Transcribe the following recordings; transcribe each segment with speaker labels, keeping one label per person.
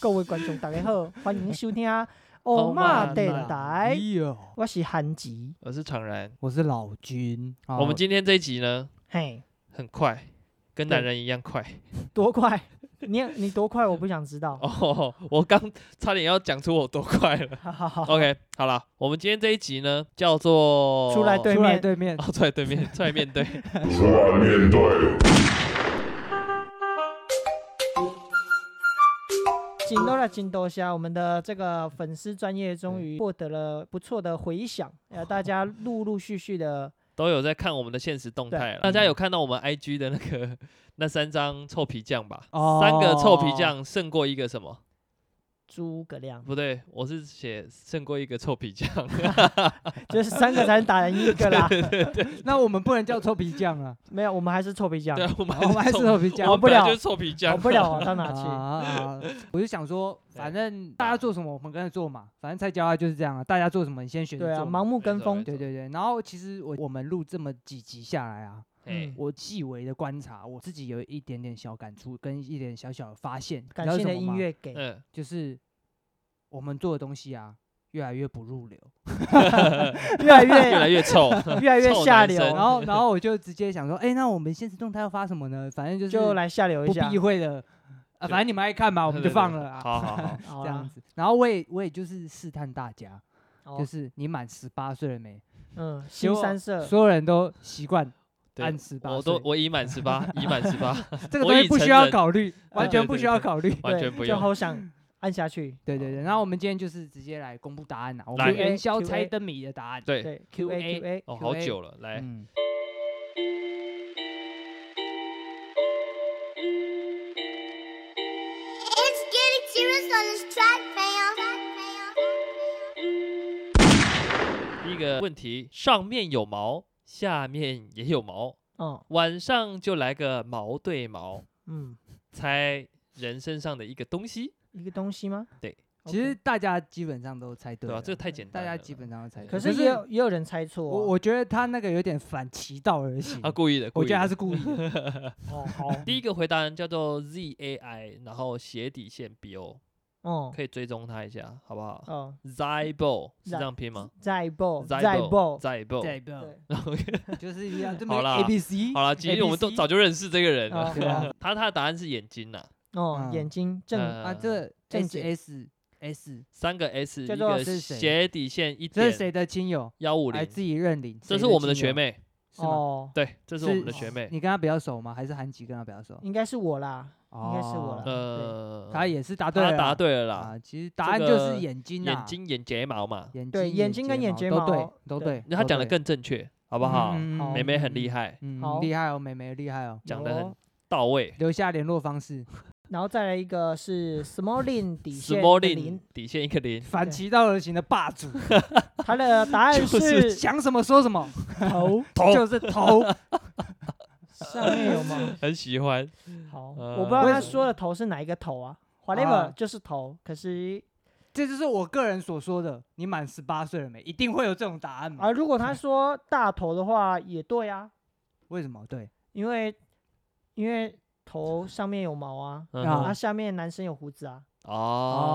Speaker 1: 各位观众大家好，欢迎收听《
Speaker 2: 欧
Speaker 1: 欧
Speaker 2: 骂
Speaker 1: 骂电台》，
Speaker 3: 哟，
Speaker 1: 我是韩吉，
Speaker 2: 我是常然。
Speaker 3: 我是老君。
Speaker 2: 我们今天这一集呢，
Speaker 1: 嘿，
Speaker 2: 很快，跟
Speaker 1: 对
Speaker 2: 男人一样快。
Speaker 1: 多快？你你多快？我不想知道。
Speaker 2: 哦，我刚差点要讲出我多 快了。
Speaker 1: 好好好，
Speaker 2: OK，好了，我们今天这一集呢，叫做
Speaker 1: 出来对
Speaker 3: 出来
Speaker 1: 面
Speaker 3: 对面，
Speaker 2: 哦，出来对面， 出来面对。
Speaker 4: 出来面对，
Speaker 1: 锦多啦，锦多虾，我们的这个粉丝专业终于获得了不错的回响，呃，大家陆陆续续的，
Speaker 2: 都有在看我们的现实动态了。
Speaker 1: 对
Speaker 2: 大家有看到我们 IG 的那个 那三张臭皮匠吧？
Speaker 3: 哦
Speaker 2: 三个臭皮匠胜过一个什么？
Speaker 1: 诸葛亮
Speaker 2: 不对，我是写胜过一个臭 皮匠。
Speaker 1: 就是三个才能打赢一个啦。
Speaker 3: 那我们不能叫臭皮匠啊，
Speaker 1: 没有，我们还是臭皮匠
Speaker 2: 对，，啊，我们
Speaker 3: 我们还是
Speaker 2: 臭
Speaker 3: 臭皮匠
Speaker 2: 我
Speaker 1: 好
Speaker 2: 们
Speaker 1: 不
Speaker 2: 本来
Speaker 1: 了
Speaker 2: 就是臭皮匠，
Speaker 1: 跑 不了往到哪去？
Speaker 3: 啊啊啊我就想说，反正大家做什么，我们跟着做嘛。反正蔡教他就是这样啊，大家做什么，你先选
Speaker 1: 对
Speaker 3: 择
Speaker 1: 啊，
Speaker 3: 做嘛。
Speaker 1: 盲目跟风
Speaker 2: 没错，
Speaker 3: 对对对，然后其实我我们录这么几集下来啊，
Speaker 2: 嘿。
Speaker 3: 我细微的观察，我自己有一点点小感触，跟一点小小的发现。你
Speaker 1: 感
Speaker 3: 知道
Speaker 1: 谢
Speaker 3: 是
Speaker 1: 你的
Speaker 3: 什
Speaker 1: 音
Speaker 3: 么吗，
Speaker 1: 乐给。
Speaker 2: 嗯，
Speaker 3: 就是我们做的东西啊，越来越不入流。
Speaker 1: 越来
Speaker 2: 越 来
Speaker 1: 越
Speaker 2: 越臭，
Speaker 1: 越来越
Speaker 2: 臭
Speaker 1: 下
Speaker 2: 男
Speaker 1: 流，
Speaker 2: 生
Speaker 3: 然后，然后我就直接想说，哎、那我们现实动态要发什么呢？反正就是
Speaker 1: 就来下流一
Speaker 3: 不
Speaker 1: 下
Speaker 3: 避。讳的，啊，
Speaker 2: 对
Speaker 3: 反正你们爱看嘛，我们就放了
Speaker 2: 啊。
Speaker 3: 啊，
Speaker 2: 好好好，
Speaker 1: 好
Speaker 3: 这
Speaker 1: 啦
Speaker 3: 样子。然后我也我也就是试探大家，
Speaker 1: 哦
Speaker 3: 就是你满十八岁了没？
Speaker 1: 嗯，
Speaker 3: 结
Speaker 1: 新
Speaker 3: 果
Speaker 1: 三
Speaker 2: 呃
Speaker 1: 色
Speaker 3: 所有人都 习惯
Speaker 2: 对
Speaker 3: 按十八
Speaker 2: 我都
Speaker 3: 岁，
Speaker 2: 我已满十 八，已满十八，
Speaker 3: 这个
Speaker 2: 我
Speaker 3: 东
Speaker 2: 已
Speaker 3: 西不
Speaker 2: 成
Speaker 3: 需要
Speaker 2: 人
Speaker 3: 考 虑，完
Speaker 1: 对
Speaker 3: 全
Speaker 2: 对
Speaker 3: 不需
Speaker 2: 对
Speaker 3: 要
Speaker 2: 对
Speaker 3: 考虑。
Speaker 2: 完
Speaker 1: 对
Speaker 2: 全不
Speaker 1: 就
Speaker 2: 用。
Speaker 1: 好 想按下去。
Speaker 3: 对对对，然后我们今天就是直接来公布答案啊，我
Speaker 2: 来
Speaker 3: 们元宵
Speaker 1: Q A
Speaker 3: 猜灯谜的答案。
Speaker 2: 对，
Speaker 1: 对，Q A Q A，
Speaker 2: 哦，好
Speaker 3: Q&A
Speaker 2: 久了，来，
Speaker 3: 嗯，
Speaker 5: It's getting serious on this track, fam. Track, fam.
Speaker 2: 第一个问题，上面有毛，下面也有毛，
Speaker 1: 嗯
Speaker 2: 晚上就来个毛对毛，
Speaker 1: 嗯，
Speaker 2: 猜人身上的一个东西，
Speaker 1: 一个东西吗？
Speaker 2: 对，
Speaker 3: 其实大家基本本上都猜
Speaker 2: 对
Speaker 3: 对
Speaker 2: 吧、
Speaker 3: 了，
Speaker 2: 这个太简
Speaker 3: 大
Speaker 2: 单了啦，
Speaker 3: 家基本上都猜对。
Speaker 1: 可是也有也有人猜错啊。
Speaker 3: 我我觉得他那个有点反其道而行
Speaker 2: 啊，故意的，
Speaker 3: 我
Speaker 2: 故
Speaker 3: 觉得
Speaker 2: 意
Speaker 3: 他
Speaker 2: 的
Speaker 3: 是故意的。
Speaker 1: 哦好，
Speaker 2: 第一个回答人叫做 Z A I，然后斜底线 B O，
Speaker 1: 哦
Speaker 2: 可以追踪他一下，好不好
Speaker 1: 哦，
Speaker 2: ？Zibo 是这样拼吗
Speaker 1: 再爆再爆，
Speaker 2: ？Zibo，Zibo，
Speaker 3: 对不
Speaker 1: 对，
Speaker 3: 就是要这
Speaker 2: 好
Speaker 3: 么
Speaker 2: 啦
Speaker 3: A B C。
Speaker 2: 好了，其实我们都
Speaker 3: ABC
Speaker 2: 早就认识这个人了。
Speaker 3: 对啊
Speaker 1: 哦
Speaker 2: 他他的答案是眼睛 呐、
Speaker 1: 哦
Speaker 3: 嗯，
Speaker 1: 眼睛正
Speaker 2: 呃
Speaker 3: 啊，这
Speaker 1: 正
Speaker 3: S
Speaker 1: 解
Speaker 3: S S，
Speaker 2: 三个 S 一
Speaker 1: 叫做
Speaker 2: 个
Speaker 3: 是谁
Speaker 2: 斜底线一
Speaker 3: 这
Speaker 2: 点
Speaker 3: 是谁的亲友？
Speaker 2: 幺五
Speaker 3: 来
Speaker 2: 零，
Speaker 3: 自己认领。
Speaker 2: 这
Speaker 3: 谁
Speaker 2: 是我们的
Speaker 3: 亲友
Speaker 2: 学，妹，
Speaker 3: 是吗？
Speaker 1: 哦，
Speaker 2: 对，这是我们的
Speaker 3: 是
Speaker 2: 学妹，
Speaker 3: 你跟他比较熟吗？还是韩吉跟他比较熟？
Speaker 1: 应该是我啦，应该是我
Speaker 3: 哦
Speaker 1: 啦
Speaker 2: 呃，
Speaker 3: 他也是答对
Speaker 2: 他
Speaker 3: 了，
Speaker 2: 答对了啦，
Speaker 3: 啊。其实答案
Speaker 2: 这
Speaker 3: 就
Speaker 2: 个
Speaker 3: 是眼睛啊
Speaker 2: 眼，睛眼睫毛嘛，
Speaker 3: 眼睛，
Speaker 1: 对眼睛跟眼睫毛
Speaker 3: 都对，都
Speaker 1: 对
Speaker 3: 对。
Speaker 2: 那他
Speaker 3: 都
Speaker 2: 讲的
Speaker 3: 对
Speaker 2: 更正确，好不好？
Speaker 1: 好
Speaker 2: 妹妹很厉，害，
Speaker 3: 嗯嗯嗯嗯
Speaker 1: 好
Speaker 3: 嗯，厉害哦，妹妹厉害哦，
Speaker 2: 讲的很
Speaker 1: 有
Speaker 2: 到位。
Speaker 3: 留下联络方式。
Speaker 1: 然后再来一个是 Smolin 底线
Speaker 2: Smalling 底线一个 零，
Speaker 3: 反
Speaker 1: 对
Speaker 3: 其道而行的霸主，
Speaker 1: 他的答 案
Speaker 2: 就是
Speaker 1: 是
Speaker 3: 想什么说什么，
Speaker 1: 头
Speaker 2: 头
Speaker 3: 就是 头。
Speaker 1: 上面有毛。
Speaker 2: 很喜欢。
Speaker 1: 好，
Speaker 2: 呃
Speaker 1: 我不知道
Speaker 3: 为
Speaker 1: 他
Speaker 3: 什
Speaker 1: 说的头是哪一个头啊，whatever
Speaker 3: 啊
Speaker 1: 就是头，可是
Speaker 3: 这就是我个人所说的，你满十八岁了没？一定会有这种
Speaker 2: 嗯
Speaker 3: 答案嘛？
Speaker 1: 啊，如果他说大头的话也对啊，
Speaker 3: 为什么？对，
Speaker 1: 因为因为头上面有毛啊，
Speaker 2: 嗯
Speaker 1: 然后
Speaker 3: 啊
Speaker 2: 哼
Speaker 1: 下面男生有胡子啊，
Speaker 2: 哦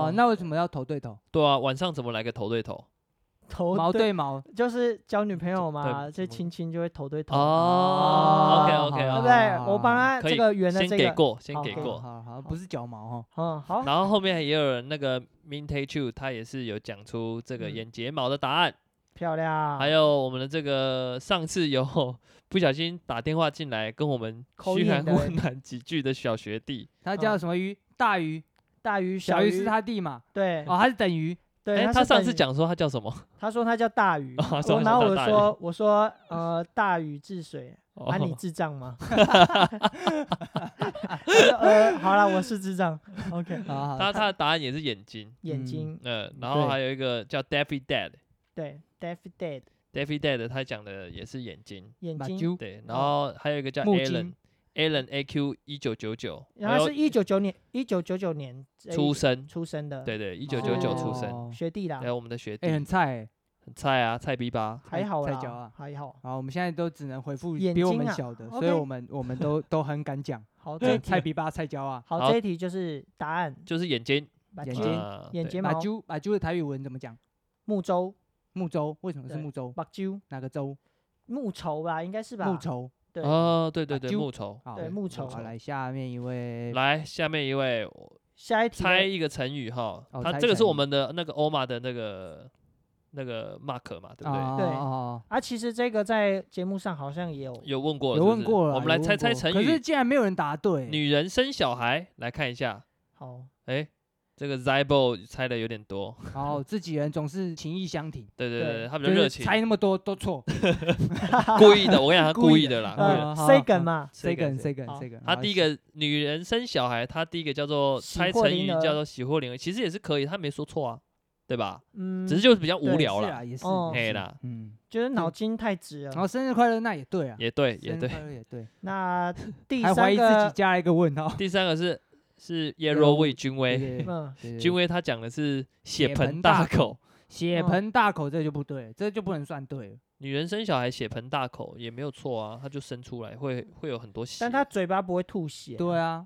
Speaker 3: 哦，，那为什么要头对头、
Speaker 2: 对啊，晚上怎么来个头对头？
Speaker 1: 头
Speaker 3: 毛
Speaker 1: 哦对
Speaker 3: 对毛？
Speaker 1: 就是交女朋友嘛，
Speaker 2: 对
Speaker 1: 这亲亲就会头对头，
Speaker 2: 哦，OK
Speaker 1: 对
Speaker 2: OK
Speaker 1: 不
Speaker 3: 好
Speaker 2: 好，
Speaker 1: 哦对？我帮他
Speaker 2: 啊可
Speaker 1: 这
Speaker 2: 以
Speaker 1: 个圆的
Speaker 2: 先
Speaker 1: 这
Speaker 2: 给
Speaker 1: 个，
Speaker 2: 过，先
Speaker 1: 好
Speaker 2: 给
Speaker 1: 好
Speaker 2: 过。
Speaker 3: 好好，不是脚毛哦。
Speaker 1: 嗯，好，
Speaker 2: 然后后面也有人那个 Minte Chu，他也是有讲出这个
Speaker 1: 嗯
Speaker 2: 眼睫毛的答案，
Speaker 1: 漂亮，
Speaker 2: 还有我们的这个上次有 不小心打电话进来跟我们
Speaker 1: 口
Speaker 2: 嘘
Speaker 1: 音
Speaker 2: 寒
Speaker 1: 的
Speaker 2: 问暖几句的小学弟，
Speaker 3: 他叫什么鱼？大鱼，
Speaker 1: 大鱼
Speaker 3: 小
Speaker 1: 嗯鱼
Speaker 3: 鱼是他弟嘛？
Speaker 1: 对
Speaker 3: 哦，他是 等于
Speaker 1: 对，是
Speaker 2: 哎，他上
Speaker 1: 等
Speaker 2: 次
Speaker 1: 于
Speaker 2: 讲说他叫什么？
Speaker 1: 他说他叫大鱼，
Speaker 2: 哦他 说
Speaker 1: 我
Speaker 2: 他
Speaker 1: 然后
Speaker 2: 叫
Speaker 1: 我
Speaker 2: 大
Speaker 1: 说我说呃大禹治水，啊你
Speaker 2: 哦
Speaker 1: 智障吗？ 他说呃好啦，我是智障，OK，
Speaker 3: 啊，
Speaker 2: 他他的答案也是眼睛，
Speaker 1: 眼
Speaker 3: 嗯
Speaker 1: 睛
Speaker 2: 呃，然后
Speaker 3: 对
Speaker 2: 还有一个叫 Daffy Dad，Daffy
Speaker 1: 对 deaf dead
Speaker 2: Dad 他讲的也是眼睛，
Speaker 1: 眼
Speaker 3: 把
Speaker 1: 睛，
Speaker 3: 揪
Speaker 2: 对，然后还有一个叫
Speaker 3: 木金
Speaker 2: Alan，Alan A Q 一九九九，
Speaker 1: 然后是一九九年一九九九年这一
Speaker 2: 哎出生，
Speaker 1: 出生的，
Speaker 2: 对对，一九九九出生，
Speaker 3: 哦
Speaker 1: 学弟啦
Speaker 2: 还，有我们的学弟
Speaker 3: 哎，很菜欸。
Speaker 2: 很菜啊，菜逼吧，
Speaker 1: 还好
Speaker 3: 菜椒
Speaker 1: 啦
Speaker 3: 啊，
Speaker 1: 还 好，
Speaker 3: 好，我们现在都只能回复
Speaker 1: 眼
Speaker 3: 比我
Speaker 1: 睛
Speaker 3: 们
Speaker 1: 啊
Speaker 3: 小的，
Speaker 1: ，OK
Speaker 3: 所以我们我们都都很敢讲，
Speaker 1: 好这
Speaker 3: 这
Speaker 1: 一
Speaker 3: 菜
Speaker 1: 题，
Speaker 3: 比巴菜椒啊，
Speaker 1: 好
Speaker 2: 好
Speaker 1: 这一题就是答案，
Speaker 2: 就是眼睛，
Speaker 1: 把
Speaker 3: 眼
Speaker 1: 揪
Speaker 3: 睛
Speaker 2: 啊
Speaker 1: 眼
Speaker 2: 对
Speaker 1: 睫
Speaker 3: 把
Speaker 1: 毛、
Speaker 3: 揪把揪的台语文怎么讲？
Speaker 1: 木周、
Speaker 3: 木舟为什么是
Speaker 1: 对
Speaker 3: 木舟？
Speaker 1: 把揪、
Speaker 3: 哪个舟？
Speaker 1: 木筹吧，应该是吧？
Speaker 3: 木愁。
Speaker 1: 对，
Speaker 2: 哦，对对
Speaker 3: 把
Speaker 2: 对，
Speaker 3: 揪
Speaker 2: 木头。
Speaker 3: 好
Speaker 1: 对木愁
Speaker 3: 好，来下面一位，
Speaker 2: 来，下面一位我
Speaker 1: 下一题
Speaker 2: 猜一个成语哈，
Speaker 3: 哦
Speaker 2: 他
Speaker 3: 猜
Speaker 2: 这个是
Speaker 3: 成
Speaker 2: 我
Speaker 3: 语
Speaker 2: 们的那个欧玛的那个那个 mark 嘛，对不对？
Speaker 1: 对
Speaker 3: 哦
Speaker 1: 啊，其实这个在节目上好像也有
Speaker 2: 有问过，
Speaker 3: 有
Speaker 2: 是不
Speaker 3: 问
Speaker 2: 是
Speaker 3: 过了，
Speaker 2: 我们
Speaker 3: 有
Speaker 2: 来
Speaker 3: 问
Speaker 2: 猜猜
Speaker 3: 过
Speaker 2: 成
Speaker 3: 可是
Speaker 2: 语，
Speaker 3: 竟然没有人答对，
Speaker 2: 女人生小孩，来看一下，
Speaker 1: 好
Speaker 2: 哎，这个 Zibo 猜的有点多，
Speaker 3: 好，自己人总是情义相挺，
Speaker 2: 对对
Speaker 1: 对
Speaker 2: 对，他比
Speaker 3: 就
Speaker 2: 较热
Speaker 3: 是
Speaker 2: 情，
Speaker 3: 猜那么多都 错。
Speaker 2: 故意的，我跟你讲，他
Speaker 3: 故
Speaker 2: 故
Speaker 3: 意
Speaker 2: 意的啦，故意的
Speaker 1: 呃
Speaker 3: 好好
Speaker 1: ，C
Speaker 3: 好
Speaker 1: 梗嘛，
Speaker 3: 这个这个
Speaker 1: 好
Speaker 3: 这个，
Speaker 2: 他
Speaker 3: 好
Speaker 2: 第一个女人生小孩，他第一个叫做
Speaker 1: 喜
Speaker 2: 猜
Speaker 1: 获
Speaker 2: 成
Speaker 1: 麟
Speaker 2: 语
Speaker 1: 儿
Speaker 2: 叫做喜获麟儿，其实也是可以，他没说错啊，对吧？
Speaker 1: 嗯，
Speaker 2: 只是就是比较无
Speaker 1: 对
Speaker 2: 聊
Speaker 3: 是
Speaker 2: 啦，
Speaker 3: 啊，也是
Speaker 1: 哦，
Speaker 3: 也
Speaker 2: 嘿
Speaker 3: 是
Speaker 2: 啦，
Speaker 3: 嗯，
Speaker 1: 觉得脑筋太直
Speaker 2: 哦
Speaker 3: 然
Speaker 1: 了。
Speaker 3: 后生日快乐那也对啊，
Speaker 2: 也对也
Speaker 3: 生日
Speaker 2: 对。
Speaker 3: 快乐也对，
Speaker 1: 那第
Speaker 3: 还怀
Speaker 1: 三
Speaker 3: 疑自己
Speaker 1: 个，
Speaker 3: 加了一个问号，
Speaker 2: 第三个是是叶
Speaker 3: 叶
Speaker 2: 若
Speaker 3: 若
Speaker 2: 卫
Speaker 3: 卫
Speaker 2: 君
Speaker 3: 对
Speaker 2: 威，
Speaker 3: 对对
Speaker 1: 嗯，
Speaker 3: 对对
Speaker 2: 君威他讲的是血
Speaker 3: 血
Speaker 2: 盆
Speaker 3: 盆
Speaker 2: 大
Speaker 3: 大口
Speaker 2: 口，
Speaker 3: 血
Speaker 1: 嗯
Speaker 3: 盆大口这就不对，这就不能算对了。
Speaker 2: 女人生小孩血盆大口也没有错啊，她就生出来会会有很多血。
Speaker 1: 但他嘴巴不会吐血。
Speaker 3: 对啊，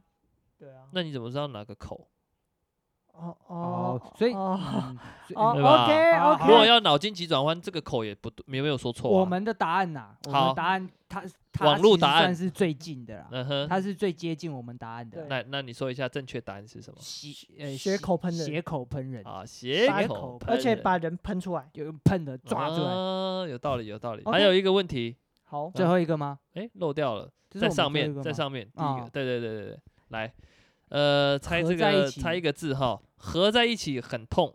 Speaker 1: 对啊。
Speaker 2: 那你怎么知道哪个口？
Speaker 1: 哦
Speaker 3: 哦
Speaker 1: 哦，，
Speaker 3: 所以
Speaker 1: 哦
Speaker 3: 嗯所以啊
Speaker 1: 哦
Speaker 2: 对吧
Speaker 1: ，OK
Speaker 3: 好
Speaker 2: 如果
Speaker 1: OK，
Speaker 2: 要脑筋急转弯，这个口也不对，没有没有说错、啊。
Speaker 3: 我们的答案呐，我们
Speaker 2: 好
Speaker 3: 的答案它它
Speaker 2: 网络
Speaker 3: 其实
Speaker 2: 答案
Speaker 3: 算是最近的啦，
Speaker 2: 嗯哼，
Speaker 3: 它是最接近我们答案的
Speaker 1: 对。
Speaker 2: 那那你说一下正确答案是什么？
Speaker 3: 血呃
Speaker 1: 血口喷人
Speaker 3: 血口喷人，
Speaker 2: 啊，血
Speaker 3: 血
Speaker 2: 口
Speaker 3: 口
Speaker 2: 喷
Speaker 1: 而
Speaker 2: 人，
Speaker 1: 且把人喷出来。
Speaker 3: 就用喷的抓出来。哦
Speaker 2: 啊，有道理有道理。
Speaker 1: OK
Speaker 2: 还有一个问题，
Speaker 1: 好，
Speaker 3: 最后一个吗？
Speaker 2: 哎，漏掉了，
Speaker 3: 这是
Speaker 2: 在
Speaker 3: 我
Speaker 2: 上
Speaker 3: 们最后一
Speaker 2: 面，
Speaker 3: 个
Speaker 2: 在
Speaker 3: 吗
Speaker 2: 上面第一个
Speaker 3: 啊，
Speaker 2: 对对对对对，来，呃，猜
Speaker 3: 合
Speaker 2: 这
Speaker 3: 在一
Speaker 2: 个
Speaker 3: 起
Speaker 2: 猜一个字哈，合在一起很痛，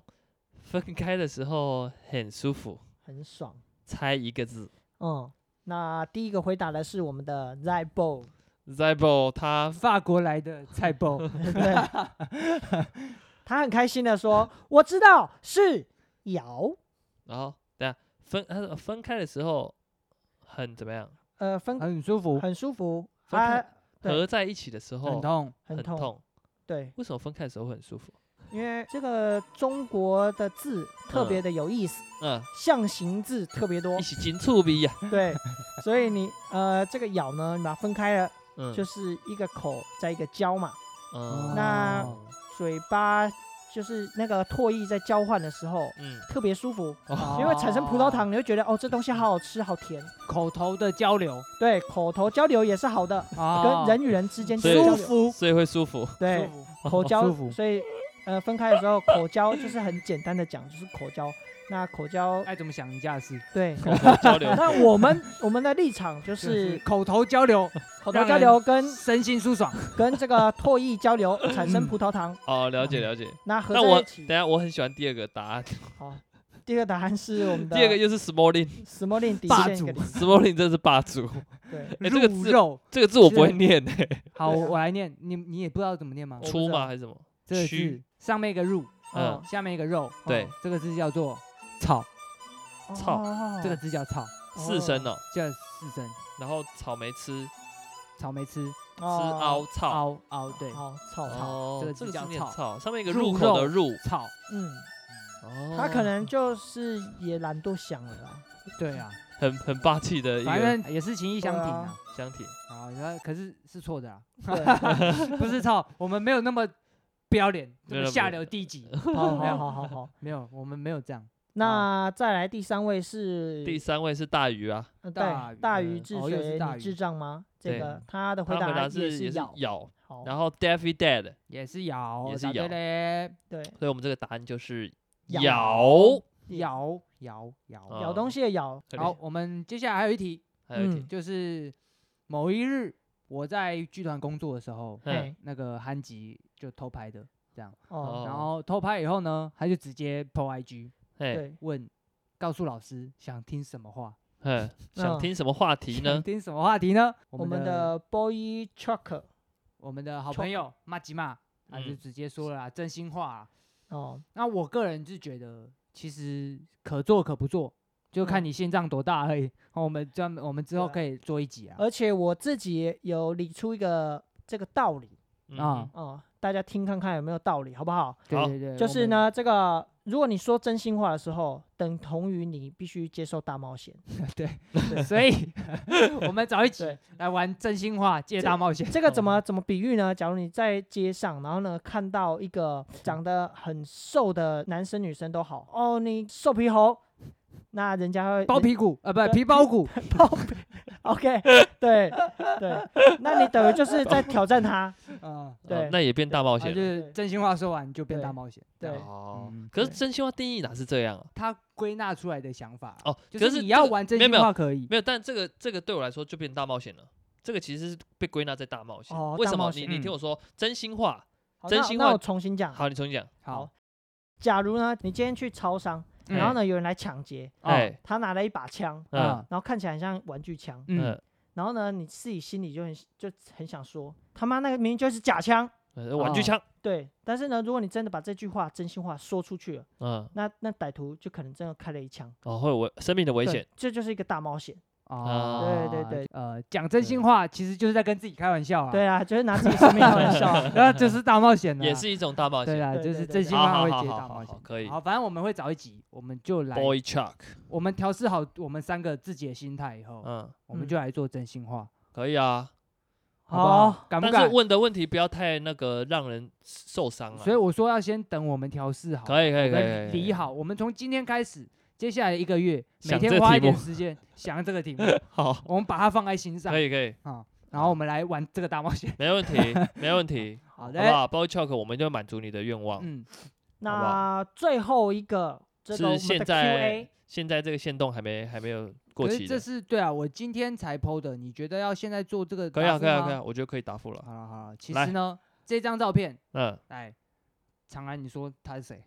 Speaker 2: 分开的时候很舒服，
Speaker 1: 很爽。
Speaker 2: 猜一个字。
Speaker 1: 嗯，那第一个回答的是我们的 Zibo，
Speaker 2: Zibo 他
Speaker 3: 法国来的 菜包
Speaker 1: 对，他很开心的 说：“我知道是摇，
Speaker 2: 然后等下分他说分开的时候很怎么样？
Speaker 1: 呃，分
Speaker 3: 很舒服，
Speaker 1: 很舒服，
Speaker 2: 分开
Speaker 1: 啊，对
Speaker 2: 合在一起的时候
Speaker 3: 很痛。
Speaker 1: 很
Speaker 2: 很
Speaker 1: 痛，
Speaker 2: 痛，
Speaker 1: 对，
Speaker 2: 为什么分开的时候会很舒服？
Speaker 1: 因为这个中国的字特别的有意思，
Speaker 2: 嗯，
Speaker 1: 象形字特别 多
Speaker 3: 哦
Speaker 2: 一，起紧促鼻呀，
Speaker 1: 对，所以你呃这个咬呢，你把它分开了，
Speaker 2: 嗯，
Speaker 1: 就是一个口在一个交嘛，
Speaker 2: 嗯
Speaker 1: 那
Speaker 3: 哦
Speaker 1: 嘴巴就是那个唾液在交换的时候
Speaker 2: 嗯
Speaker 1: 特别舒服，
Speaker 2: 哦
Speaker 1: 因为产生葡萄糖，你会觉得哦这东西好好吃，好甜，
Speaker 3: 口头的交流
Speaker 1: 对，口头交流也是好的，
Speaker 3: 啊
Speaker 1: 跟人与人之间
Speaker 2: 所以
Speaker 1: 交
Speaker 3: 舒
Speaker 1: 流，
Speaker 3: 服，
Speaker 2: 所以会舒 服。
Speaker 1: 对，
Speaker 3: 舒服
Speaker 1: 口交
Speaker 3: 舒，服
Speaker 1: 所以呃分开的时候口交就是很简单的讲，就是口交。那口交
Speaker 3: 哎爱怎么想人家的事，
Speaker 1: 对，
Speaker 2: 口头交 流，
Speaker 1: 那我们我们的立场就
Speaker 3: 就是口头交 流，
Speaker 1: 口头交流跟
Speaker 3: 身心舒爽。
Speaker 1: 跟这个唾液交流产生葡萄糖，
Speaker 2: 哦，了解了解。
Speaker 1: 那合
Speaker 2: 那
Speaker 1: 在
Speaker 2: 我
Speaker 1: 一
Speaker 2: 等
Speaker 1: 起。
Speaker 2: 下我很喜欢第二个答案，
Speaker 1: 好，第二个答案是我们的
Speaker 2: 第二个又是
Speaker 1: Smolin
Speaker 2: Smalling，Smalling
Speaker 1: 底
Speaker 3: 霸
Speaker 1: 线一个
Speaker 3: 主
Speaker 1: 零
Speaker 2: 真是霸主。
Speaker 1: 对，
Speaker 2: 哎这个
Speaker 3: 入
Speaker 2: 字
Speaker 3: 肉，
Speaker 2: 这个字我不会
Speaker 3: 是
Speaker 2: 念诶，
Speaker 3: 好，
Speaker 1: 对啊
Speaker 3: 我我来念，你你也不知道怎么念吗？
Speaker 1: 我不
Speaker 2: 出
Speaker 1: 知
Speaker 2: 吗
Speaker 1: 道
Speaker 2: 还是什么？
Speaker 3: 这个
Speaker 2: 蛆
Speaker 3: 字上面一个入，
Speaker 2: 嗯
Speaker 1: 哦，
Speaker 3: 下面一个肉，
Speaker 2: 对
Speaker 3: 哦，这个字叫做草，
Speaker 2: 操
Speaker 1: 哦
Speaker 3: 这个字叫草，
Speaker 2: 四声哦，
Speaker 3: 叫四声，
Speaker 2: 然后草莓吃吃
Speaker 3: 草莓吃，
Speaker 1: 哦
Speaker 2: 凹草，
Speaker 3: 凹凹，对，
Speaker 1: 好操
Speaker 3: 草
Speaker 1: 操，
Speaker 2: 哦
Speaker 3: 这个
Speaker 2: 这个
Speaker 3: 字
Speaker 2: 是
Speaker 3: 叫
Speaker 2: 念
Speaker 3: 草
Speaker 2: 草，上面一个
Speaker 3: 入
Speaker 2: 入口的
Speaker 3: 肉
Speaker 2: 入，
Speaker 3: 草，
Speaker 1: 嗯，
Speaker 2: 哦，
Speaker 1: 他可能就是也懒惰想了啦，
Speaker 3: 对啊，
Speaker 2: 很很霸气的一
Speaker 3: 反
Speaker 2: 个
Speaker 3: 正也是情义相挺啊。
Speaker 2: 箱体，
Speaker 3: 啊，然后可是是错的 啊，
Speaker 1: 对，
Speaker 3: 不是操，我们没有那么不要脸，这
Speaker 2: 没有
Speaker 3: 么
Speaker 2: 那么
Speaker 3: 下流 低级，
Speaker 1: 好哦好好好好。
Speaker 3: 没有，我们没有这样。
Speaker 1: 那再来第三位是
Speaker 2: 第三位是大鱼啊，
Speaker 1: 呃对
Speaker 3: 大鱼
Speaker 1: 大
Speaker 3: 呃
Speaker 1: 鱼治
Speaker 3: 哦又是
Speaker 1: 水，
Speaker 3: 大
Speaker 1: 你
Speaker 3: 鱼
Speaker 1: 智障吗？这
Speaker 2: 对
Speaker 1: 个他的
Speaker 2: 他
Speaker 1: 回
Speaker 2: 回
Speaker 1: 答
Speaker 2: 答是
Speaker 1: 是
Speaker 2: 也是
Speaker 1: 咬，
Speaker 2: 咬，
Speaker 1: 好，
Speaker 2: 然后 Daffy Dad，
Speaker 3: 也是咬，
Speaker 2: 也是
Speaker 3: 答对
Speaker 2: 咬
Speaker 3: 嘞，
Speaker 1: 对，
Speaker 2: 所以我们这个答案就是
Speaker 1: 咬
Speaker 2: 咬。嗯
Speaker 3: 咬咬咬。
Speaker 1: 咬东西的咬，
Speaker 2: 可
Speaker 3: 好
Speaker 2: 怜，，
Speaker 3: 我们接下来还有一题，
Speaker 2: 还有一题
Speaker 1: 嗯，
Speaker 3: 就是某一日我在剧团工作的时候，
Speaker 1: 哎
Speaker 2: 嗯，
Speaker 3: 那个韩吉就偷拍的，
Speaker 1: 哦，
Speaker 3: 然
Speaker 2: 哦
Speaker 3: 后偷拍以后呢，他就直接 PO IG
Speaker 2: 嘿，
Speaker 1: 对，
Speaker 3: 问，告诉老师想听什么话，
Speaker 2: 嗯，想
Speaker 1: 嗯
Speaker 2: 听什么话题
Speaker 3: 想
Speaker 2: 呢？
Speaker 3: 听什么话题呢？
Speaker 1: 我
Speaker 3: 我
Speaker 1: 们
Speaker 3: 们的
Speaker 1: 的 boy truck
Speaker 3: 我们的好
Speaker 1: 臭
Speaker 3: 朋友马吉马，他就
Speaker 2: 嗯
Speaker 3: 直接说了啊真心话啊。
Speaker 1: 哦，
Speaker 3: 那我个人是觉得，其实可做可不做，就看
Speaker 1: 嗯
Speaker 3: 你心脏多大而已。 我们专门我们之后
Speaker 1: 对啊
Speaker 3: 可以做一集
Speaker 2: 嗯
Speaker 3: 啊。
Speaker 1: 而且我自己也有理出一个这个道理
Speaker 2: 嗯
Speaker 3: 啊
Speaker 1: 哦，大家听看看有没有道理，好不好？
Speaker 3: 对
Speaker 2: 好
Speaker 3: 对对，
Speaker 1: 就
Speaker 3: 我
Speaker 1: 是
Speaker 3: 们，
Speaker 1: 呢，这个如果你说真心话的时候，等同于你必须接受大冒 险。
Speaker 3: 所以 我们找一起
Speaker 1: 对
Speaker 3: 来玩真心话借大冒险。
Speaker 1: 这个怎么怎么比喻呢？假如你在街上，然后呢看到一个长得很瘦的男生女生都好，哦，你瘦皮猴，那人家会
Speaker 3: 包皮 骨啊，不皮包骨，
Speaker 1: 包皮 ，OK，对对，那你等于就是在挑战 他，
Speaker 3: 嗯，
Speaker 2: 哦
Speaker 1: 对
Speaker 2: 那也变大冒
Speaker 3: 啊，就
Speaker 2: 险了。
Speaker 3: 是真心话说完就变
Speaker 1: 对
Speaker 3: 大冒险。
Speaker 1: 对
Speaker 3: 这样
Speaker 2: 哦
Speaker 3: 嗯，
Speaker 2: 可是
Speaker 1: 对
Speaker 2: 真心话定义哪是这样啊？
Speaker 3: 他归纳出来的想法，
Speaker 2: 哦，
Speaker 3: 就
Speaker 2: 可
Speaker 3: 是你
Speaker 2: 这
Speaker 3: 要
Speaker 2: 个
Speaker 3: 玩真
Speaker 2: 没有
Speaker 3: 心
Speaker 2: 没有
Speaker 3: 话可以，
Speaker 2: 没有，但这个这个对我来说就变大冒险了。这个其实是被归纳在大冒险。
Speaker 1: 哦
Speaker 2: 为
Speaker 1: 大
Speaker 2: 什
Speaker 1: 冒
Speaker 2: 么？你
Speaker 1: 险
Speaker 2: 你听
Speaker 3: 嗯
Speaker 2: 我说，真心话。
Speaker 1: 好
Speaker 2: 真
Speaker 1: 那
Speaker 2: 心
Speaker 1: 那
Speaker 2: 话
Speaker 1: 我重新讲，
Speaker 2: 好，你重新讲。
Speaker 1: 好，假如呢你今天去超商，
Speaker 3: 嗯
Speaker 1: 然后呢有人来抢劫，
Speaker 3: 哦
Speaker 2: 哎，
Speaker 1: 他拿了一把枪，
Speaker 2: 嗯
Speaker 3: 啊，
Speaker 1: 然后看起来很像玩具枪，
Speaker 3: 嗯，
Speaker 2: 嗯，
Speaker 1: 然后呢你自己心里就很就很想说，他妈那个明明就是假枪。
Speaker 2: 呃玩具
Speaker 3: 哦
Speaker 2: 枪。
Speaker 1: 对，但是呢，如果你真的把这句话真心话说出去了，
Speaker 2: 嗯，
Speaker 1: 那那歹徒就可能真的开了一枪，
Speaker 2: 哦，会有危生命的危
Speaker 1: 对
Speaker 2: 险。，
Speaker 1: 这就是一个大冒险。
Speaker 2: 嗯
Speaker 3: 哦，
Speaker 1: 对对对，
Speaker 3: 呃，讲真心话其实就是在跟自己开玩笑啊，
Speaker 1: 对，啊，就是拿自己生命开玩笑 啊。
Speaker 3: 那就是大冒险了啊，
Speaker 2: 也是一种大冒
Speaker 3: 对
Speaker 2: 险。
Speaker 3: 啦，
Speaker 1: 对
Speaker 3: 就
Speaker 1: 对
Speaker 3: 是
Speaker 1: 对
Speaker 3: 真
Speaker 1: 对
Speaker 3: 心
Speaker 2: 好
Speaker 3: 话
Speaker 2: 好
Speaker 3: 会
Speaker 2: 好
Speaker 3: 接
Speaker 2: 好
Speaker 3: 大
Speaker 2: 好
Speaker 3: 冒
Speaker 2: 好
Speaker 3: 险，
Speaker 2: 可以
Speaker 3: 好，反正我们会找一集，我们就来，
Speaker 2: Boy Chuck。
Speaker 3: 我们调试好我们三个自己的心态以后，
Speaker 2: 嗯，
Speaker 3: 我
Speaker 1: 嗯
Speaker 3: 们就来做真心话，
Speaker 2: 可以啊。
Speaker 3: 好不好
Speaker 1: 好，
Speaker 3: 敢不
Speaker 2: 但
Speaker 3: 敢
Speaker 2: 是？问的问题不要太那个让人受伤啊。
Speaker 3: 所以我说要先等我们调试好，
Speaker 2: 可以可以
Speaker 3: 我
Speaker 2: 可以
Speaker 3: 们
Speaker 2: 可以
Speaker 3: 理好，我们从今天开始，接下来一个月，每
Speaker 2: 想这
Speaker 3: 天
Speaker 2: 个
Speaker 3: 花
Speaker 2: 题
Speaker 3: 一点
Speaker 2: 目
Speaker 3: 时间想这个题目，
Speaker 2: 好，
Speaker 3: 我们把它放在心上
Speaker 2: 可以可以，
Speaker 3: 啊，然后我们来玩这个大冒险。
Speaker 2: 没问题没问题，
Speaker 3: 好
Speaker 2: 好
Speaker 3: 的，
Speaker 2: 不好？Boy Chuck，我们就满足你的愿望。
Speaker 3: 嗯，
Speaker 2: 好不
Speaker 1: 那最后一个这
Speaker 2: 是
Speaker 1: 个我们
Speaker 2: 现
Speaker 1: 的
Speaker 2: 在
Speaker 1: Q&A，
Speaker 2: 现在这个限动还没还没有过
Speaker 3: 可
Speaker 2: 期
Speaker 3: 是
Speaker 2: 的
Speaker 3: 这，是对啊，我今天才 PO 的，你觉得要现在做这个？
Speaker 2: 可以啊可以啊可以啊，。我觉得可以答复了。
Speaker 3: 好了好了，其
Speaker 2: 来
Speaker 3: 实呢，这张照片，
Speaker 2: 嗯，
Speaker 3: 哎，长安，你说他是谁？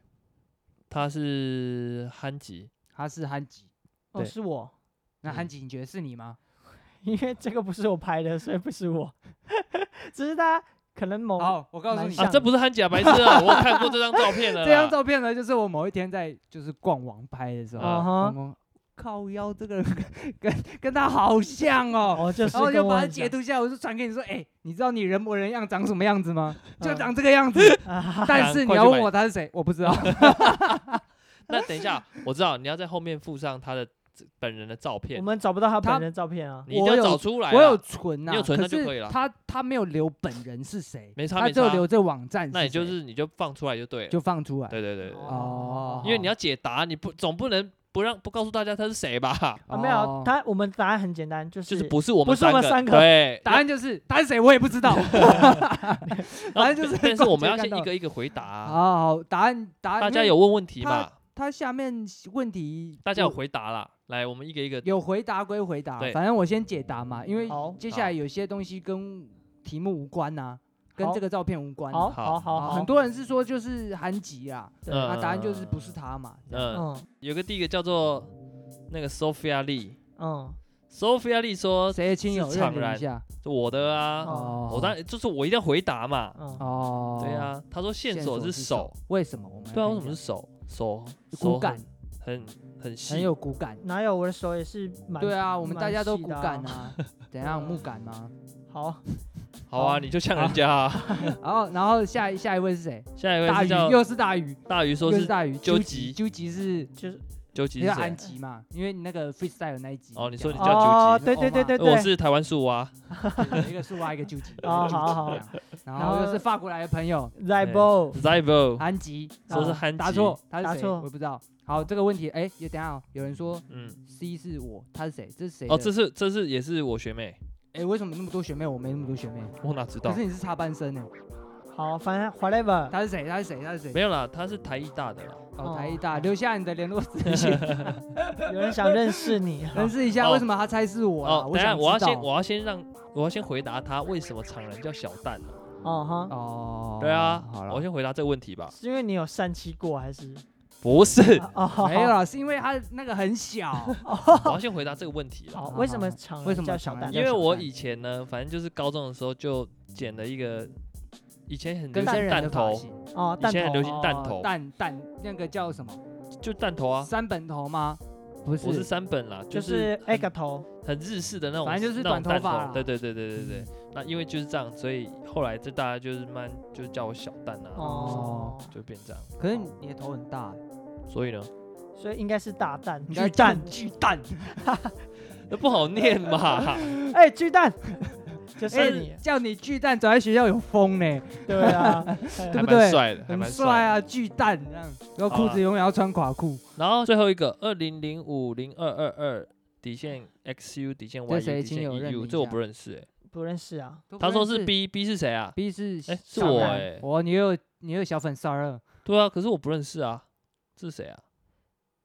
Speaker 2: 他是憨吉，
Speaker 3: 他是憨吉。
Speaker 1: 哦，
Speaker 2: 对
Speaker 1: 是我，
Speaker 3: 那
Speaker 2: 嗯
Speaker 3: 憨吉，你觉得是你吗？
Speaker 1: 因为这个不是我拍的，所以不是我， 只是他可能某
Speaker 3: 好，我告诉
Speaker 1: 哦蛮
Speaker 3: 你，
Speaker 1: 像
Speaker 2: 啊，
Speaker 1: 像
Speaker 2: 这不是憨吉啊，白痴啊！我看过这张照片了啦，
Speaker 3: 这张照片呢，就是我某一天在就是逛网拍的时候，
Speaker 1: 啊
Speaker 3: 我
Speaker 1: 哈，
Speaker 3: 说靠腰这个人跟 跟跟他好像哦，
Speaker 1: 哦，就是
Speaker 3: 然后我
Speaker 1: 跟
Speaker 3: 就
Speaker 1: 我
Speaker 3: 把它
Speaker 1: 很
Speaker 3: 截
Speaker 1: 像
Speaker 3: 图下来，我就传给你说，哎、你知道你人模人样长什么样子吗？就
Speaker 1: 嗯
Speaker 3: 长这个样子。
Speaker 1: 啊，
Speaker 3: 但是你要问我他是谁，我不知道。
Speaker 2: 那等一下，我知道你要在后面附上他的本人的照
Speaker 1: 我
Speaker 2: 片，
Speaker 1: 们找不到他
Speaker 3: 他
Speaker 1: 本人照片啊。
Speaker 2: 你一定
Speaker 3: 我
Speaker 2: 要
Speaker 3: 有
Speaker 2: 找出来啦。
Speaker 3: 我有存呐、
Speaker 2: 你有存
Speaker 3: 可
Speaker 2: 那就是可以了
Speaker 3: 他他没有留本人是谁，
Speaker 2: 没差
Speaker 3: 他
Speaker 2: 没
Speaker 3: 只有
Speaker 2: 差
Speaker 3: 留这网站谁，
Speaker 2: 那你就是你就放出来就对了。
Speaker 3: 就放出来。
Speaker 2: 对对对对，对
Speaker 3: 哦，
Speaker 2: 因为你要解答，你不总不能不让不告诉大家他是谁 吧？
Speaker 1: 啊，没有
Speaker 3: 哦
Speaker 1: 他，我们答案很简单，就
Speaker 2: 就是
Speaker 1: 是
Speaker 2: 不是我
Speaker 1: 不
Speaker 2: 们
Speaker 1: 是我们
Speaker 2: 个
Speaker 1: 三个
Speaker 2: 对，
Speaker 3: 答案就是他是谁，我也不知道。答
Speaker 2: 然后
Speaker 3: 案就是
Speaker 2: 但是我们要
Speaker 3: 逛街
Speaker 2: 先
Speaker 3: 看到
Speaker 2: 一个一个回答。
Speaker 3: 好好，答案答案。
Speaker 2: 啊大家
Speaker 3: 因为
Speaker 2: 有问问题嘛？
Speaker 3: 他下面问题，
Speaker 2: 大家有
Speaker 3: 我
Speaker 2: 回答啦。来，我们一个一个。
Speaker 3: 有回答归回答
Speaker 2: 对，
Speaker 3: 反正我先解答嘛，因为
Speaker 1: 好
Speaker 3: 接下来
Speaker 2: 好
Speaker 3: 有些东西跟题目无关呐、跟
Speaker 1: 好
Speaker 3: 这个照片无关啊、
Speaker 1: 好
Speaker 2: 好
Speaker 1: 好好，
Speaker 3: 很多人是说就是韩吉啊，
Speaker 1: 对
Speaker 2: 嗯
Speaker 3: 那答案就是不是。他嘛。这样
Speaker 2: 嗯，
Speaker 1: 嗯
Speaker 2: 有个第一个叫做那个 Sophia Lee，Sophia
Speaker 1: 嗯
Speaker 2: Lee 说
Speaker 3: 谁的亲友
Speaker 2: 呃是
Speaker 3: 认
Speaker 2: 常
Speaker 3: 领
Speaker 2: 然
Speaker 3: 一下？
Speaker 2: 我的啊，
Speaker 1: 哦
Speaker 2: 我当然就是我一定要回答嘛。
Speaker 1: 嗯，
Speaker 3: 哦，
Speaker 2: 对，啊，他说线索是手，，
Speaker 3: 为什么我们要
Speaker 2: 对啊，为
Speaker 3: 看
Speaker 2: 什么
Speaker 3: 一
Speaker 2: 是
Speaker 3: 下
Speaker 2: 手？手
Speaker 3: 骨
Speaker 2: 手
Speaker 3: 感
Speaker 2: 很很
Speaker 3: 很
Speaker 2: 细，
Speaker 3: 有骨感？
Speaker 1: 哪有我的手也是蛮
Speaker 3: 对啊，我们
Speaker 1: 蛮
Speaker 3: 大家都
Speaker 1: 细
Speaker 3: 骨
Speaker 1: 的啊
Speaker 3: 感啊， 怎样木感吗？
Speaker 1: 好，
Speaker 2: 好
Speaker 3: 哦
Speaker 2: 啊，你就像人家啊。
Speaker 3: 然后然后下一下一位是谁？
Speaker 2: 下一位
Speaker 3: 大
Speaker 2: 是叫
Speaker 3: 鱼又是大鱼，
Speaker 2: 大鱼说
Speaker 3: 又是
Speaker 2: 是
Speaker 3: 大鱼，
Speaker 2: 究
Speaker 3: 究
Speaker 2: 极
Speaker 3: 究极是
Speaker 1: 就是
Speaker 2: 究极
Speaker 3: 你
Speaker 2: 是
Speaker 3: 叫
Speaker 2: 谁啊
Speaker 3: 韩？吉嘛，因为你那个 freestyle 那一集
Speaker 2: 哦你说你
Speaker 3: 讲
Speaker 2: 叫
Speaker 1: 哦，
Speaker 2: 究
Speaker 1: 对
Speaker 3: 极
Speaker 1: 对对对
Speaker 2: 呃我
Speaker 1: 对，
Speaker 2: 是台湾树啊蛙，
Speaker 3: 一个树蛙，一个 救急。
Speaker 1: 哦
Speaker 3: 一个救
Speaker 1: 好
Speaker 3: 急
Speaker 1: 好
Speaker 3: 这样然
Speaker 1: 然
Speaker 3: 后又
Speaker 1: 后
Speaker 3: 是法国来的朋友
Speaker 1: Zibo，
Speaker 2: Zivo，
Speaker 3: 安吉，
Speaker 2: 哦说是
Speaker 3: 啊
Speaker 2: 憨
Speaker 3: 答
Speaker 2: 吉
Speaker 3: 错，他
Speaker 1: 答
Speaker 3: 是谁？
Speaker 1: 错
Speaker 3: 我也不知道。好，这个问题，哎，也等一下哦，有人说
Speaker 2: 嗯，
Speaker 3: C 是我，他是谁？这是谁的？
Speaker 2: 哦，这是这是也是我学妹，
Speaker 3: 哎，为什么你那么多学妹，我没那么多学妹？
Speaker 2: 我哪知
Speaker 3: 可
Speaker 2: 道
Speaker 3: 是？你是插班生呢？
Speaker 1: 好，反正 whatever，
Speaker 3: 他是谁？他是谁？他是谁？
Speaker 2: 没有啦，她是台艺大的啦。
Speaker 3: 哦，台艺大，留下你的联络资讯，
Speaker 1: 有人想认识你，
Speaker 3: 认识一下。
Speaker 2: 哦
Speaker 3: 为什么他猜是我啊？
Speaker 2: 哦，等一下
Speaker 3: 想
Speaker 2: 我要
Speaker 3: 知
Speaker 2: 先
Speaker 3: 道。
Speaker 2: 我要先让我要先回答她为什么常人叫小蛋呢？
Speaker 1: 哦哈，
Speaker 3: 哦，
Speaker 2: 对啊
Speaker 3: 好，
Speaker 2: 我
Speaker 3: 了，
Speaker 2: 先回答这个问题吧。
Speaker 1: 是因为你有疝气过还是？
Speaker 2: 不 是，
Speaker 1: 哦，
Speaker 3: 没有啦，是因为他那个很小，
Speaker 2: 我要先回答这个问题啦。
Speaker 1: 好，为什么常
Speaker 3: 啊为什
Speaker 1: 人
Speaker 3: 么
Speaker 1: 叫
Speaker 3: 常
Speaker 1: 小
Speaker 3: 人
Speaker 1: 蛋
Speaker 3: 叫
Speaker 2: 因？为
Speaker 3: 小
Speaker 2: 我
Speaker 3: 蛋
Speaker 2: 以前呢，反正就是高中的时候就剪了一个，以前很流
Speaker 3: 跟
Speaker 1: 蛋
Speaker 3: 真
Speaker 2: 行
Speaker 3: 人
Speaker 2: 弹
Speaker 3: 的发
Speaker 2: 头，
Speaker 3: 型。
Speaker 1: 哦，
Speaker 2: 以
Speaker 1: 蛋
Speaker 2: 前很流
Speaker 1: 头，
Speaker 2: 行
Speaker 3: 哦
Speaker 2: 弹头，
Speaker 3: 蛋蛋那个叫什么？
Speaker 2: 就弹头啊。
Speaker 3: 三本头吗？不是，
Speaker 2: 我是三本啦，
Speaker 1: 就
Speaker 2: 就是
Speaker 1: 是 egg
Speaker 2: 很
Speaker 1: 头，
Speaker 2: 很日式的那种，
Speaker 3: 反正就是
Speaker 2: 那种
Speaker 3: 短头
Speaker 2: 弹
Speaker 3: 发嗯啦
Speaker 2: 对对对对对对。那因为就是这样，所以后来就大家就是慢，就叫我小蛋啊，
Speaker 1: 哦
Speaker 3: 哦，
Speaker 2: 就变这样。
Speaker 3: 可是你的头很大欸，
Speaker 2: 所以呢，
Speaker 1: 所以应该是大蛋，
Speaker 3: 应
Speaker 1: 巨
Speaker 3: 该
Speaker 1: 蛋，
Speaker 3: 巨 蛋，
Speaker 2: 那不好念 嘛。
Speaker 1: 哎，巨蛋， 就是
Speaker 3: 哎
Speaker 1: 你，，
Speaker 3: 叫你巨蛋，走在学校有风呢，
Speaker 1: 对啊，
Speaker 2: 还
Speaker 3: 对不
Speaker 2: 蛮
Speaker 3: 对？
Speaker 2: 帅的，还
Speaker 3: 很
Speaker 2: 蛮
Speaker 3: 帅
Speaker 2: 的。
Speaker 3: 啊，巨蛋这样，然后
Speaker 2: 好
Speaker 3: 裤
Speaker 2: 啦
Speaker 3: 子永远要穿垮裤。
Speaker 2: 然后最后一个二零零五零二二二底线 XU 底线
Speaker 3: 这谁
Speaker 2: YU 底
Speaker 3: 亲
Speaker 2: 线
Speaker 3: 友认明
Speaker 2: EU，
Speaker 3: 一
Speaker 2: 这我
Speaker 3: 下
Speaker 2: 不认识哎。
Speaker 1: 不认识啊，
Speaker 2: 他说是 B B 是谁啊？
Speaker 3: B 是
Speaker 2: 哎是
Speaker 3: 小
Speaker 2: 我
Speaker 3: 男
Speaker 2: 哎
Speaker 3: 我你有你有小粉丝二，
Speaker 2: 对啊，可是我不认识啊，这是谁啊？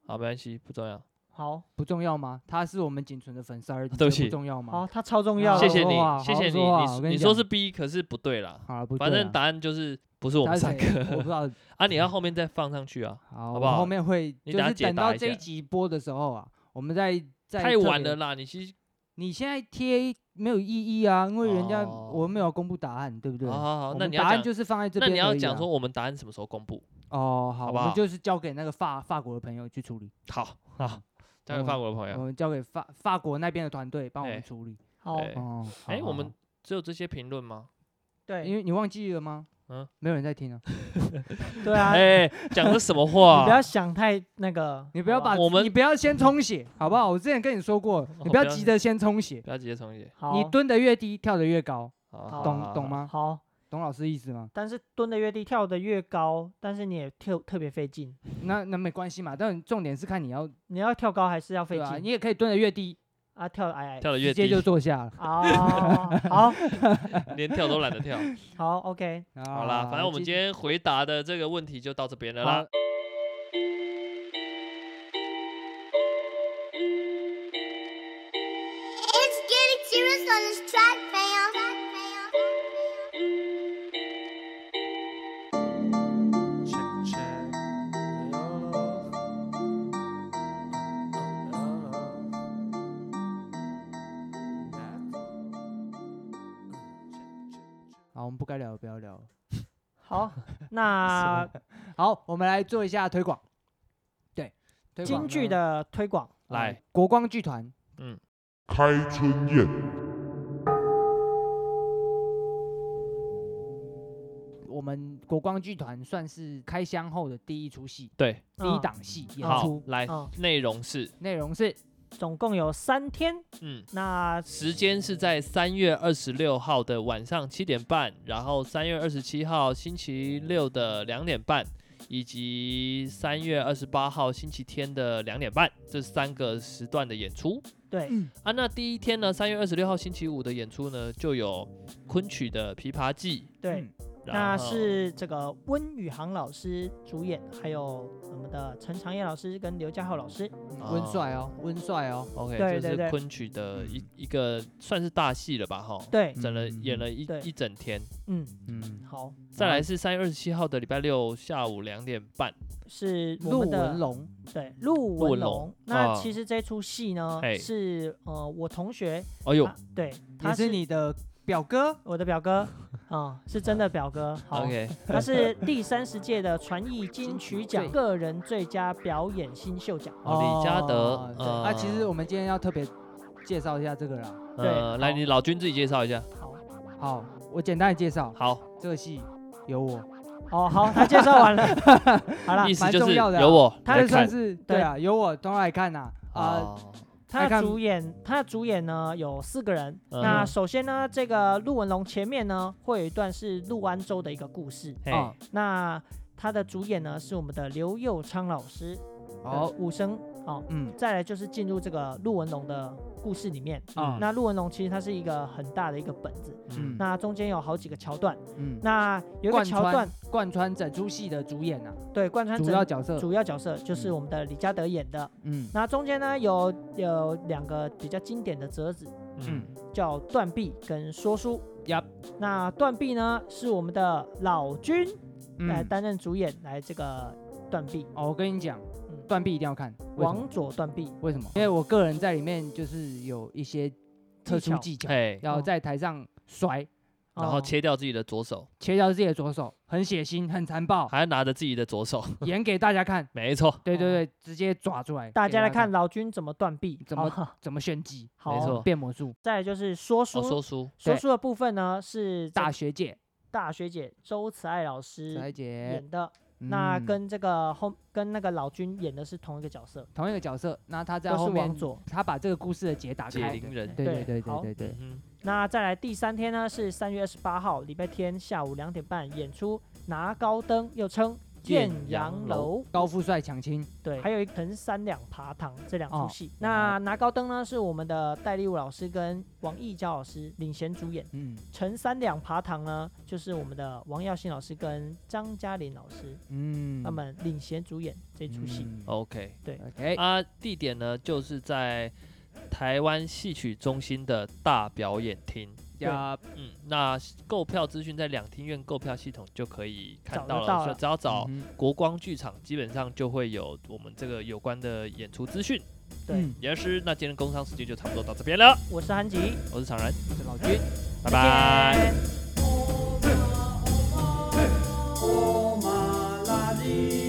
Speaker 2: 好，没关系，不重要。
Speaker 1: 好
Speaker 3: 不重要吗？他是我们仅存的粉丝二，你
Speaker 2: 对不
Speaker 3: 觉得
Speaker 2: 起
Speaker 3: 不重要吗
Speaker 1: 好，？它超重要哦
Speaker 3: 好
Speaker 1: 的，
Speaker 2: 谢谢
Speaker 3: 说
Speaker 2: 你
Speaker 3: 话，
Speaker 2: 谢
Speaker 3: 好
Speaker 2: 谢
Speaker 3: 好
Speaker 2: 你。
Speaker 3: 说话我
Speaker 2: 你
Speaker 3: 跟你
Speaker 2: 你说
Speaker 3: 讲
Speaker 2: 是 B，可是不对啦。
Speaker 3: 好了，不对
Speaker 2: 反
Speaker 3: 啊，
Speaker 2: 正答案就是不是我
Speaker 3: 他
Speaker 2: 们
Speaker 3: 是
Speaker 2: 三
Speaker 3: 谁我不
Speaker 2: 个
Speaker 3: 知道。
Speaker 2: 啊，你要后面再放上去啊，好
Speaker 3: 好，我
Speaker 2: 不
Speaker 3: 们
Speaker 2: 好
Speaker 3: 后面会
Speaker 2: 你
Speaker 3: 就
Speaker 2: 等下
Speaker 3: 是
Speaker 2: 解
Speaker 3: 等
Speaker 2: 答
Speaker 3: 到
Speaker 2: 一
Speaker 3: 这
Speaker 2: 下
Speaker 3: 一集播的时候啊，我们再再
Speaker 2: 太
Speaker 3: 特
Speaker 2: 晚
Speaker 3: 别
Speaker 2: 了啦。你其实
Speaker 3: 你现在贴没有意义啊，因为人家
Speaker 2: 哦
Speaker 3: 我们没有公布答案，对不对？
Speaker 2: 好好好，
Speaker 3: 我
Speaker 2: 那
Speaker 3: 们
Speaker 2: 你
Speaker 3: 答
Speaker 2: 要
Speaker 3: 案
Speaker 2: 讲，
Speaker 3: 就是放在这
Speaker 2: 那
Speaker 3: 边而已啊。
Speaker 2: 你要讲说我们答案什么时候公布？
Speaker 3: 哦，好，
Speaker 2: 好
Speaker 3: 我
Speaker 2: 不好
Speaker 3: 们就是交给那个法法国的朋友去处理，
Speaker 2: 好，好，交给
Speaker 3: 嗯
Speaker 2: 法国的朋
Speaker 3: 我
Speaker 2: 友。
Speaker 3: 们交给法法国那边的团队帮我
Speaker 2: 哎
Speaker 3: 们处理。
Speaker 1: 好，
Speaker 2: 对
Speaker 3: 哦，好
Speaker 2: 哎，
Speaker 3: 好
Speaker 2: 我
Speaker 3: 好
Speaker 2: 们只有这些评论吗？
Speaker 1: 对
Speaker 3: 因为你忘记了吗？
Speaker 2: 嗯
Speaker 3: 嗯，没有人在听啊。
Speaker 1: 对啊，你
Speaker 2: 哎，讲的什么话
Speaker 1: 不？要想太那个，
Speaker 3: 你不要
Speaker 1: 好吧
Speaker 3: 把
Speaker 2: 我们哦
Speaker 3: 你不要先充血，好不好？我之前跟你说过，你不要
Speaker 2: 不要
Speaker 3: 急着先充血，
Speaker 2: 不要直接重写，
Speaker 1: 好
Speaker 3: 你蹲得越低，跳得越高，
Speaker 2: 好
Speaker 1: 好
Speaker 3: 懂懂？
Speaker 2: 好好
Speaker 3: 吗？
Speaker 1: 好，
Speaker 3: 懂老师意思吗？
Speaker 1: 但是蹲的越低，跳的越高，但是你也特特别费劲，
Speaker 3: 那那没关系嘛，但重点是看你要
Speaker 1: 你要跳高还是要费
Speaker 3: 对吧？
Speaker 1: 劲
Speaker 3: 你也可以蹲得越低，
Speaker 1: 啊？跳得矮矮
Speaker 2: 跳得
Speaker 3: 直
Speaker 2: 越
Speaker 3: 接
Speaker 2: 低，
Speaker 3: 就坐下了。
Speaker 1: 哦，好
Speaker 2: 连跳都懒得 跳。
Speaker 1: 好，OK，
Speaker 2: 好啦，
Speaker 3: 啊
Speaker 2: 反正我们今天回答的这个问题就到这边了
Speaker 3: 好
Speaker 2: 啦。
Speaker 5: It's getting serious on this track, fam.
Speaker 2: Check,
Speaker 3: 好，我们不该聊的不要聊了。
Speaker 1: 好，那
Speaker 3: 好，我们来做一下推广。对，推广
Speaker 1: 京剧
Speaker 3: 呢
Speaker 1: 的推广，
Speaker 3: 呃
Speaker 2: 来嗯
Speaker 3: 国光剧团，
Speaker 4: 开春宴，
Speaker 3: 我们国光剧团算是开箱后的第一出戏，
Speaker 2: 对，
Speaker 3: 第一
Speaker 1: 嗯
Speaker 3: 档戏演
Speaker 2: 好
Speaker 3: 出，，
Speaker 2: 来，
Speaker 1: 嗯，
Speaker 2: 内容是，
Speaker 3: 内容是
Speaker 1: 总共有三天，
Speaker 2: 嗯，
Speaker 1: 那
Speaker 2: 时间是在三月二十六号的晚上七点半，然后三月二十七号星期六的两点半，以及三月二十八号星期天的两点半，这三个时段的演出。
Speaker 1: 对，
Speaker 2: 啊，那第一天呢，三月二十六号星期五的演出呢，就有昆曲的《琵琶记》，
Speaker 1: 对，
Speaker 3: 嗯
Speaker 1: 那
Speaker 2: 然后
Speaker 1: 是这个温宇航老师主演，还有我们的陈长业老师跟刘家浩老师，
Speaker 3: 嗯温帅哦，温帅哦，
Speaker 2: OK，
Speaker 1: 对
Speaker 2: 就
Speaker 1: 对
Speaker 2: 是
Speaker 1: 对
Speaker 2: 昆曲的一一个算是大戏了吧，哈，，
Speaker 1: 对，
Speaker 2: 整了
Speaker 3: 嗯
Speaker 2: 演了一
Speaker 1: 对
Speaker 2: 一整天。
Speaker 1: 嗯，
Speaker 3: 嗯，
Speaker 1: 好，
Speaker 2: 再来是三月二十七号的礼拜六下午两点半，
Speaker 1: 是我
Speaker 3: 陆
Speaker 1: 们
Speaker 3: 文
Speaker 1: 的
Speaker 3: 龙，
Speaker 1: 对陆
Speaker 2: 文
Speaker 1: 文
Speaker 2: 龙
Speaker 1: 龙。那
Speaker 2: 啊
Speaker 1: 其实这出戏呢
Speaker 2: 嘿
Speaker 1: 是呃我同学，
Speaker 2: 哎呦
Speaker 1: 他对，
Speaker 3: 也
Speaker 1: 他
Speaker 3: 是你的表哥，
Speaker 1: 我的表哥啊，是真的表哥，好，
Speaker 2: ，OK，
Speaker 1: 他是第三十届的传艺金曲奖
Speaker 3: 对
Speaker 1: 个人最佳表演新秀奖。
Speaker 2: 哦李嘉德
Speaker 3: 哦，对
Speaker 2: 呃
Speaker 3: 啊，其实我们今天要特别介绍一下这个啦。
Speaker 1: 对
Speaker 2: 呃，来
Speaker 1: 好
Speaker 2: 你老君自己介绍一下，
Speaker 1: 好，
Speaker 3: 好，我简单的介绍，
Speaker 2: 好，
Speaker 3: 这个戏有我，
Speaker 1: 哦，好，他介绍完了， 好了
Speaker 2: 意，思
Speaker 3: 蛮
Speaker 2: 就
Speaker 3: 重
Speaker 2: 是
Speaker 3: 要的啊
Speaker 2: 由我
Speaker 1: 他
Speaker 2: 来
Speaker 3: 这
Speaker 1: 也
Speaker 3: 算
Speaker 2: 看，
Speaker 3: 是对啊，有我都来看呐，啊，
Speaker 2: 哦
Speaker 1: 他
Speaker 3: 来
Speaker 1: 的
Speaker 3: 看
Speaker 1: 主演，他的主演呢有四个人。
Speaker 2: 嗯
Speaker 1: 那首先呢，这个陆文龙前面呢会有一段是陆安州的一个故事。
Speaker 2: 嘿
Speaker 3: 啊，
Speaker 1: 那他的主演呢是我们的刘佑昌老师，
Speaker 3: 好
Speaker 1: 呃，武生哦。
Speaker 3: 嗯，
Speaker 1: 再来就是进入这个陆文龙的故事里面。嗯
Speaker 3: 啊，
Speaker 1: 那陆文龙其实它是一个很大的一个本子，
Speaker 2: 嗯
Speaker 3: 嗯，
Speaker 1: 那中间有好几个桥段。
Speaker 3: 嗯，
Speaker 1: 那有一个
Speaker 3: 贯
Speaker 1: 桥
Speaker 3: 穿
Speaker 1: 段，
Speaker 3: 贯穿整出戏的主演啊，
Speaker 1: 对，贯穿
Speaker 3: 主
Speaker 1: 整
Speaker 3: 要角色，
Speaker 1: 主要角色就是我们的李嘉德演的。
Speaker 3: 嗯
Speaker 1: 那中间呢有有两个比较经典的折子，
Speaker 2: 嗯
Speaker 3: 嗯，
Speaker 1: 叫断臂跟说书。
Speaker 2: Yup
Speaker 1: 那断臂呢是我们的老君来
Speaker 3: 嗯，
Speaker 1: 担任主演，来这个断臂，
Speaker 3: 哦，我跟你讲，断臂一定要看，为什么
Speaker 1: 王佐断臂
Speaker 3: 为什么？因为我个人在里面就是有一些特殊技巧，嗯
Speaker 2: 嘿，
Speaker 3: 要在台上甩，
Speaker 1: 哦
Speaker 2: 然后切掉自己的左手，
Speaker 3: 切掉自己的左手，很血腥，很残暴，
Speaker 2: 还要拿着自己的左手，
Speaker 3: 演给大家看。
Speaker 2: 没错，
Speaker 3: 对对对，直接抓出来，
Speaker 1: 哦大
Speaker 3: 给
Speaker 1: 家来看
Speaker 3: 看
Speaker 1: 老君怎么断臂，
Speaker 3: 怎么
Speaker 1: 好
Speaker 3: 怎么炫技，
Speaker 1: 好
Speaker 2: 没错
Speaker 3: 变魔术。
Speaker 1: 再来就是说书，
Speaker 2: 哦，说书，
Speaker 1: 说
Speaker 3: 对
Speaker 1: 书的部分呢是这
Speaker 3: 大
Speaker 1: 个
Speaker 3: 学姐，
Speaker 1: 大学姐周慈爱老
Speaker 3: 小
Speaker 1: 师
Speaker 3: 爱姐，
Speaker 1: 演的。那
Speaker 3: 嗯
Speaker 1: 跟这个后跟那个老君演的是同一个角色，
Speaker 3: 同一个角色，那他在
Speaker 1: 都
Speaker 3: 后
Speaker 1: 是
Speaker 3: 面
Speaker 1: 王，佐。
Speaker 3: 他把这个故事的结打
Speaker 2: 解
Speaker 3: 开。
Speaker 2: 铃人，
Speaker 3: 对
Speaker 1: 对
Speaker 3: 对对
Speaker 1: 好
Speaker 3: 对对对，
Speaker 2: 嗯
Speaker 1: 那再来第三天呢，是三月二十八号，礼拜天下午两点半演出《拿高灯》，又称《
Speaker 2: 建
Speaker 1: 建
Speaker 2: 阳
Speaker 1: 阳
Speaker 2: 楼
Speaker 1: 楼》。
Speaker 3: 高富帅抢亲，
Speaker 1: 对，还有一层三两爬堂这两出
Speaker 3: 哦
Speaker 1: 戏。那拿高灯呢，是我们的戴立武老师跟王艺娇老师领衔主演。
Speaker 3: 嗯
Speaker 1: 陈三两爬堂呢，就是我们的王耀信老师跟张嘉玲老师
Speaker 3: 嗯，
Speaker 1: 他们领衔主演这出戏。
Speaker 3: 嗯
Speaker 2: 哼，OK。
Speaker 3: ，OK，
Speaker 2: 哦啊，地点呢就是在台湾戏曲中心的大表演厅。
Speaker 3: 要
Speaker 2: 嗯，那购票资讯在两厅院购票系统就可以看
Speaker 1: 找
Speaker 2: 到
Speaker 1: 得到
Speaker 2: 了，所以只要找
Speaker 3: 嗯
Speaker 2: 国光剧场，基本上就会有我们这个有关的演出资讯。
Speaker 1: 对
Speaker 3: 嗯
Speaker 2: 也是，那今天工商时间就差不多到这边了，
Speaker 1: 我是韩吉，
Speaker 2: 我是常然，
Speaker 3: 我
Speaker 1: 哎
Speaker 3: 是老君。
Speaker 2: 拜拜。
Speaker 1: 再见。
Speaker 6: おまらじ